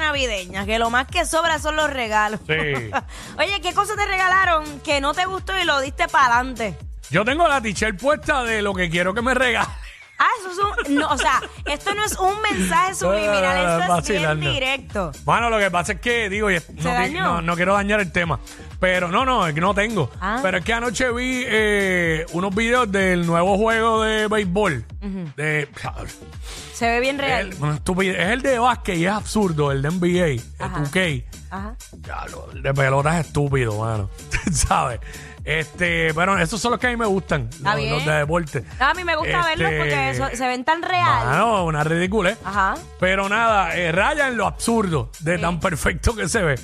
navideña, que lo más que sobra son los regalos. Sí. Oye, ¿qué cosa te regalaron que no te gustó y lo diste para adelante? Yo tengo la t-shirt puesta de lo que quiero que me regale. Ah, eso es un. No, o sea, esto no es un mensaje subliminal, esto es bien Ah, Vacilando. directo. Bueno, lo que pasa es que, digo, y es- no, qui- dañó? no- no quiero dañar el tema. Pero no, no, es que no tengo. Ah. Pero es que anoche vi eh, unos videos del nuevo juego de béisbol. de, Se ve bien real. el- una estupidez. es el de básquet y es absurdo, el de NBA, el Ajá. 2K. Ajá. Ya, lo- el de pelotas es estúpido, mano. ¿Sabes? Este, pero esos son los que a mí me gustan, Está los, los bien. de deporte. A mí me gusta Este, verlos porque eso- se ven tan real. Mano, una ridícula. ¿eh? Ajá. Pero nada, eh, raya en lo absurdo de tan perfecto que se ve.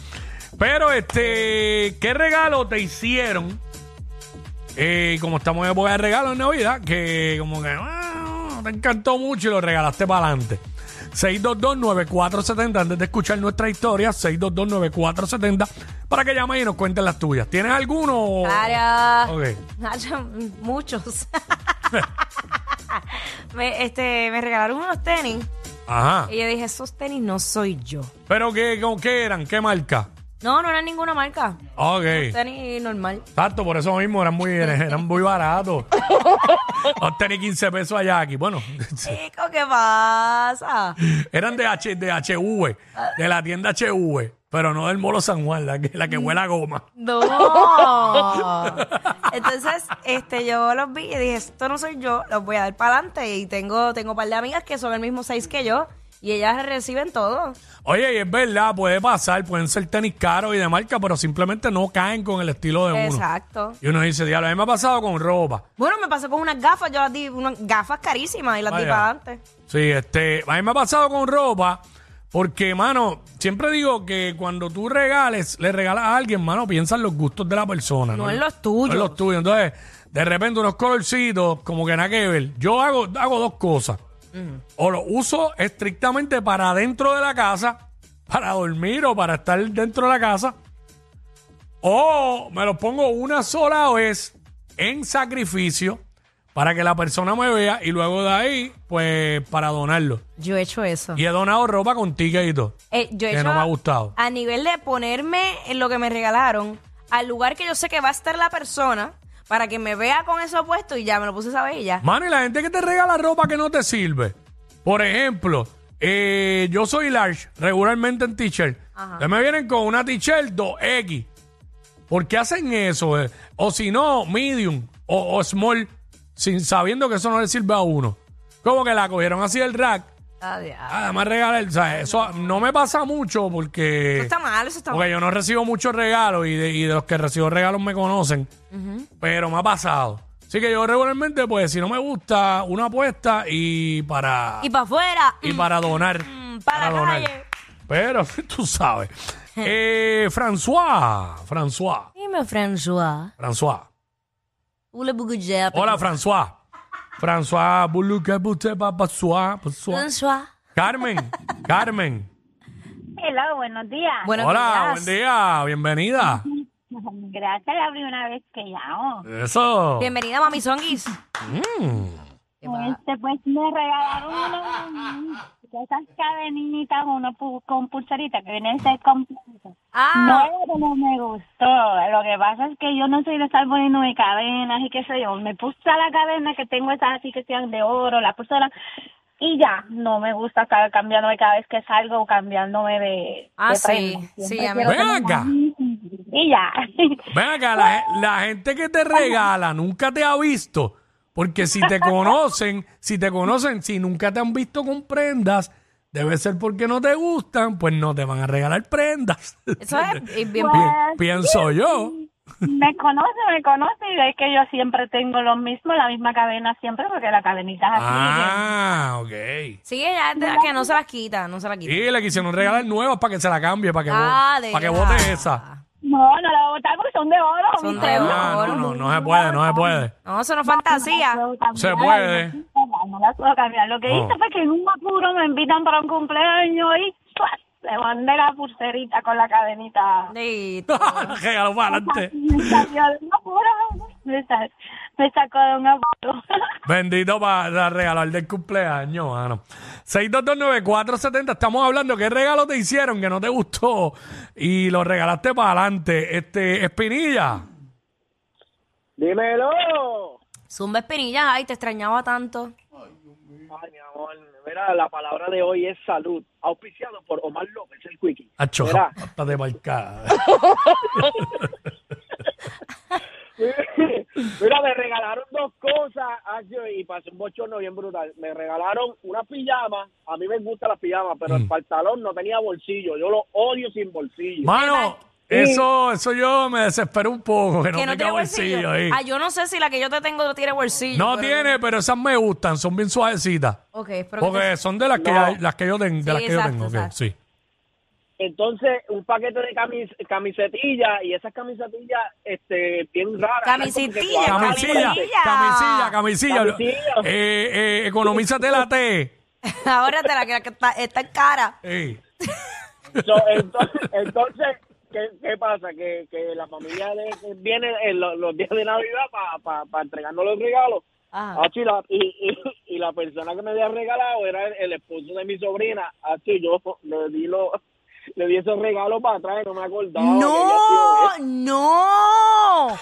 Pero este, ¿qué regalo te hicieron? Eh, como estamos en época de regalo en Navidad, que como que ah, te encantó mucho y lo regalaste para adelante. 622-9470, antes de escuchar nuestra historia, 622-9470, para que llames y nos cuentes las tuyas. ¿Tienes alguno? Claro. Ok. Nacho, Muchos. me, este, me regalaron unos tenis Ajá. y yo dije, esos tenis no soy yo. ¿Pero qué, con qué eran? ¿Qué marca? No, no era ninguna marca. Ok. Tenis normal. Exacto, por eso mismo eran muy, eran muy baratos. Los tenis 15 pesos allá aquí. Bueno, Chico, ¿qué pasa? eran de, H, de HV, de la tienda HV, pero no del Molo San Juan, la que, la que huele a goma. No. Entonces, este, yo los vi y dije, esto no soy yo, los voy a dar para adelante. Y tengo, tengo un par de amigas que son el mismo seis que yo. Y ellas reciben todo. Oye, y es verdad, puede pasar, pueden ser tenis caros y de marca, pero simplemente no caen con el estilo de uno. Exacto. Y uno dice, diablo, a mí me ha pasado con ropa. Bueno, me pasó con unas gafas, yo las di, unas gafas carísimas y las di Vaya. para adelante. Sí, este, a mí me ha pasado con ropa, porque, mano, siempre digo que cuando tú regales, le regalas a alguien, mano, piensa en los gustos de la persona. No en los tuyos. No en los tuyos. Entonces, de repente unos colorcitos, como que nada que ver. Yo hago, hago dos cosas. O los uso estrictamente para dentro de la casa, para dormir o para estar dentro de la casa. O me los pongo una sola vez en sacrificio para que la persona me vea y luego de ahí, pues, para donarlo. Yo he hecho eso. Y he donado ropa con ticket y todo. Eh, yo he que hecho no me ha gustado. A nivel de ponerme en lo que me regalaron, al lugar que yo sé que va a estar la persona, para que me vea con eso puesto y ya me lo puse esa vez y ya. Mano, y la gente que te regala ropa que no te sirve. Por ejemplo, eh, yo soy large regularmente en t-shirt. Entonces me vienen con una t-shirt 2X. ¿Por qué hacen eso? eh? O si no, medium o, o small, sin sabiendo que eso no le sirve a uno. Como que la cogieron así del rack. Adiós. Además, regalar, o sea, eso no me pasa mucho porque... Eso está mal, eso está mal. Porque yo no recibo muchos regalos y de, y de los que recibo regalos me conocen, pero me ha pasado. Así que yo regularmente, pues, si no me gusta, una apuesta y para, Y para afuera. y para donar. mm, para la calle. Pero tú sabes. Eh, François, François, Dime, François. François. Hola, Bugujet. Hola, François. François, Buluca, Butte, Papasua, Papasua. François. Carmen, Carmen. Hola, buenos días. Buenos Hola, días. buen día, bienvenida. Gracias, la primera vez que llamo. Eso. Mm. Bienvenida, mami Songuis. ¿Qué pasa? Este, pues me regalaron unos, esas cadenitas, uno pu- con pulseritas que vienen ser con Ah, No, pero no me gustó. Lo que pasa es que yo no soy de estar poniendo mi cadenas y qué sé yo. Me puse la cadena que tengo esas así que sean de oro, la puse la... Y ya, no me gusta estar cambiándome cada vez que salgo o cambiándome de... Ah, de sí, prenda. sí, Siempre a mí- quiero Ven tener acá. la misma. Y ya. Ven acá, la, ge- la gente que te regala nunca te ha visto. Porque si te conocen, si te conocen, si nunca te han visto con prendas, debe ser porque no te gustan, pues no te van a regalar prendas. eso es es bien. Pi- pienso yo. Me conoce, me conoce y ve que yo siempre tengo lo mismo, la misma cadena siempre, porque la cadenita es así. Ah, ok. Sí, ella es de la que no se las quita, no se las quita. Y le quisieron regalar nuevas para que se la cambie, para que, Ah, vo- de para que verdad. bote esa. No, no la voy a botar porque son de oro. Son mi de Dios. oro. Ah, no, no, no se puede, no se puede. No, eso no es No las fantasía. puedo cambiar, Se puede. No las puedo cambiar. Lo que No. hice fue que en un apuro me invitan para un cumpleaños y ¡pua! le mandé la pulserita con la cadenita. Sí. Regaló para adelante. Me salió de un apuro, me salió. me sacó de un apuro. Bendito para regalar del cumpleaños, mano. 6229470, estamos hablando qué regalo te hicieron que no te gustó y lo regalaste para adelante. Este, Espinilla, Dímelo. Zumba Espinilla, ay, te extrañaba tanto. Ay, mi amor. Mira, la palabra de hoy es salud. Auspiciado por Omar López, el Quickie. acho, Mira. está de marcada. Mira, me regalaron dos cosas acho, y pasé un bochorno bien brutal. Me regalaron una pijama. A mí me gustan las pijamas, pero Mm. el pantalón no tenía bolsillo. Yo lo odio sin bolsillo. Mano, eso, eso yo me desespero un poco, que no que no tenga tiene bolsillo. bolsillo ahí. Ah, yo no sé si la que yo te tengo no tiene bolsillo. No pero- tiene, pero esas me gustan, son bien suavecitas. Ok, espero que Porque te- son de las que, No. las que yo tengo, de Sí, las que exacto, yo tengo, ok, exacto. sí. Entonces, un paquete de camis camisetillas y esas camisetillas este, bien raras. Camisetilla, Camisilla, Camisilla. camisilla, camisilla. Camisilla. Eh, eh, economízate la T. Ahórratela, que la que está, está en cara. Ey. So, entonces, entonces, ¿qué, qué pasa? Que, que la familia de- que viene en lo- los días de Navidad para entregarnos los regalos. Ajá. Achi, la- y, y- y la persona que me había regalado era el, el esposo de mi sobrina. Así yo le di, lo, le di esos regalos para atrás y no me acordaba. que había sido eso. ¡No! ¡No!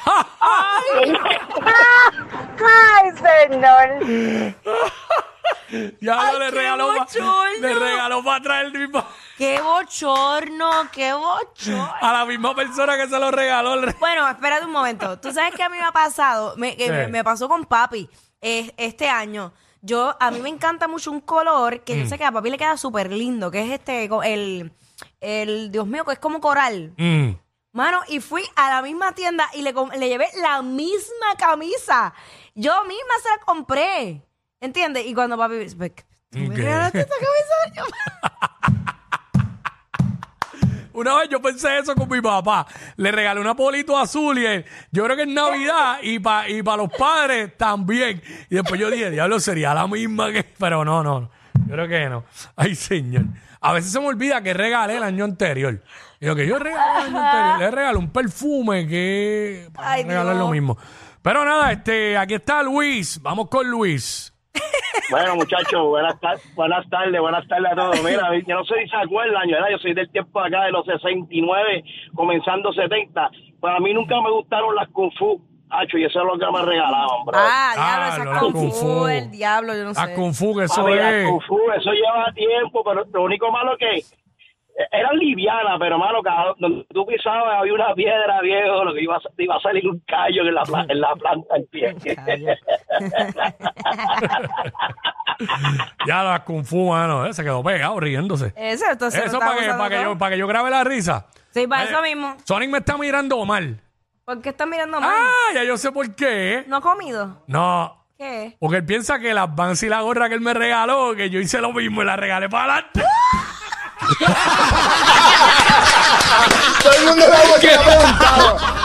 Ya Ay, yo le qué regaló pa- bochorno. le regaló para atrás el mismo- ¡Qué bochorno! ¡Qué bochorno! a la misma persona que se lo regaló. le- Bueno, espérate un momento. Tú sabes que a mí me ha pasado, me, que Sí. me- me pasó con papi eh, este año. Yo, a mí me encanta mucho un color que yo sé que a papi le queda súper lindo, que es este, co- el, el, Dios mío, que es como coral. Mm. Mano, y fui a la misma tienda y le, com- le llevé la misma camisa. Yo misma se la compré. ¿Entiendes? Y cuando papi dice, "Ve, ¿tú me Ok. regalaste esta camisa? Yo, Una vez yo pensé eso con mi papá. Le regalé una polito azul y él, yo creo que es Navidad y para y pa los padres también. Y después yo dije, diablo, sería la misma que... Pero no, no, no. Yo creo que no. Ay, señor. A veces se me olvida que regalé el año anterior. Y lo que yo regalé el año anterior, le regalé un perfume que... Para Ay, regalar Dios. lo mismo. Pero nada, este, aquí está Luis. Vamos con Luis. Bueno, muchachos, buenas, tar- buenas tardes, buenas tardes a todos. Mira, yo no sé si se acuerdan, yo, era- yo soy del tiempo acá de los 69, comenzando 70. Para mí nunca me gustaron las Kung Fu, hacho, y eso es lo que me regalaban, bro. ah, Ah, diablo, la esa Kung Kung Fu, Fu. el diablo, yo no sé. A Kung Fu, que eso Papi, las es... Kung Fu, eso lleva tiempo, pero lo único malo que eh, eran livianas, pero malo, cada- donde tú pisabas había una piedra, viejo, lo que iba a, te iba a salir un callo en la, pla- en la planta del pie. Calla. Ya la Kung Fu, mano. eh, se quedó pegado riéndose. Eso, entonces Eso lo para que, estamos para, que usando yo, para que yo grabe la risa. todo. Sí, para Eh, eso mismo. Sonic me está mirando mal. ¿Por qué estás mirando mal? Ah, ya yo sé por qué. ¿No ha comido? No, ¿Qué? porque él piensa que las Vans y la gorra que él me regaló, que yo hice lo mismo y la regalé para adelante. Todo el mundo le ha preguntado. Ah,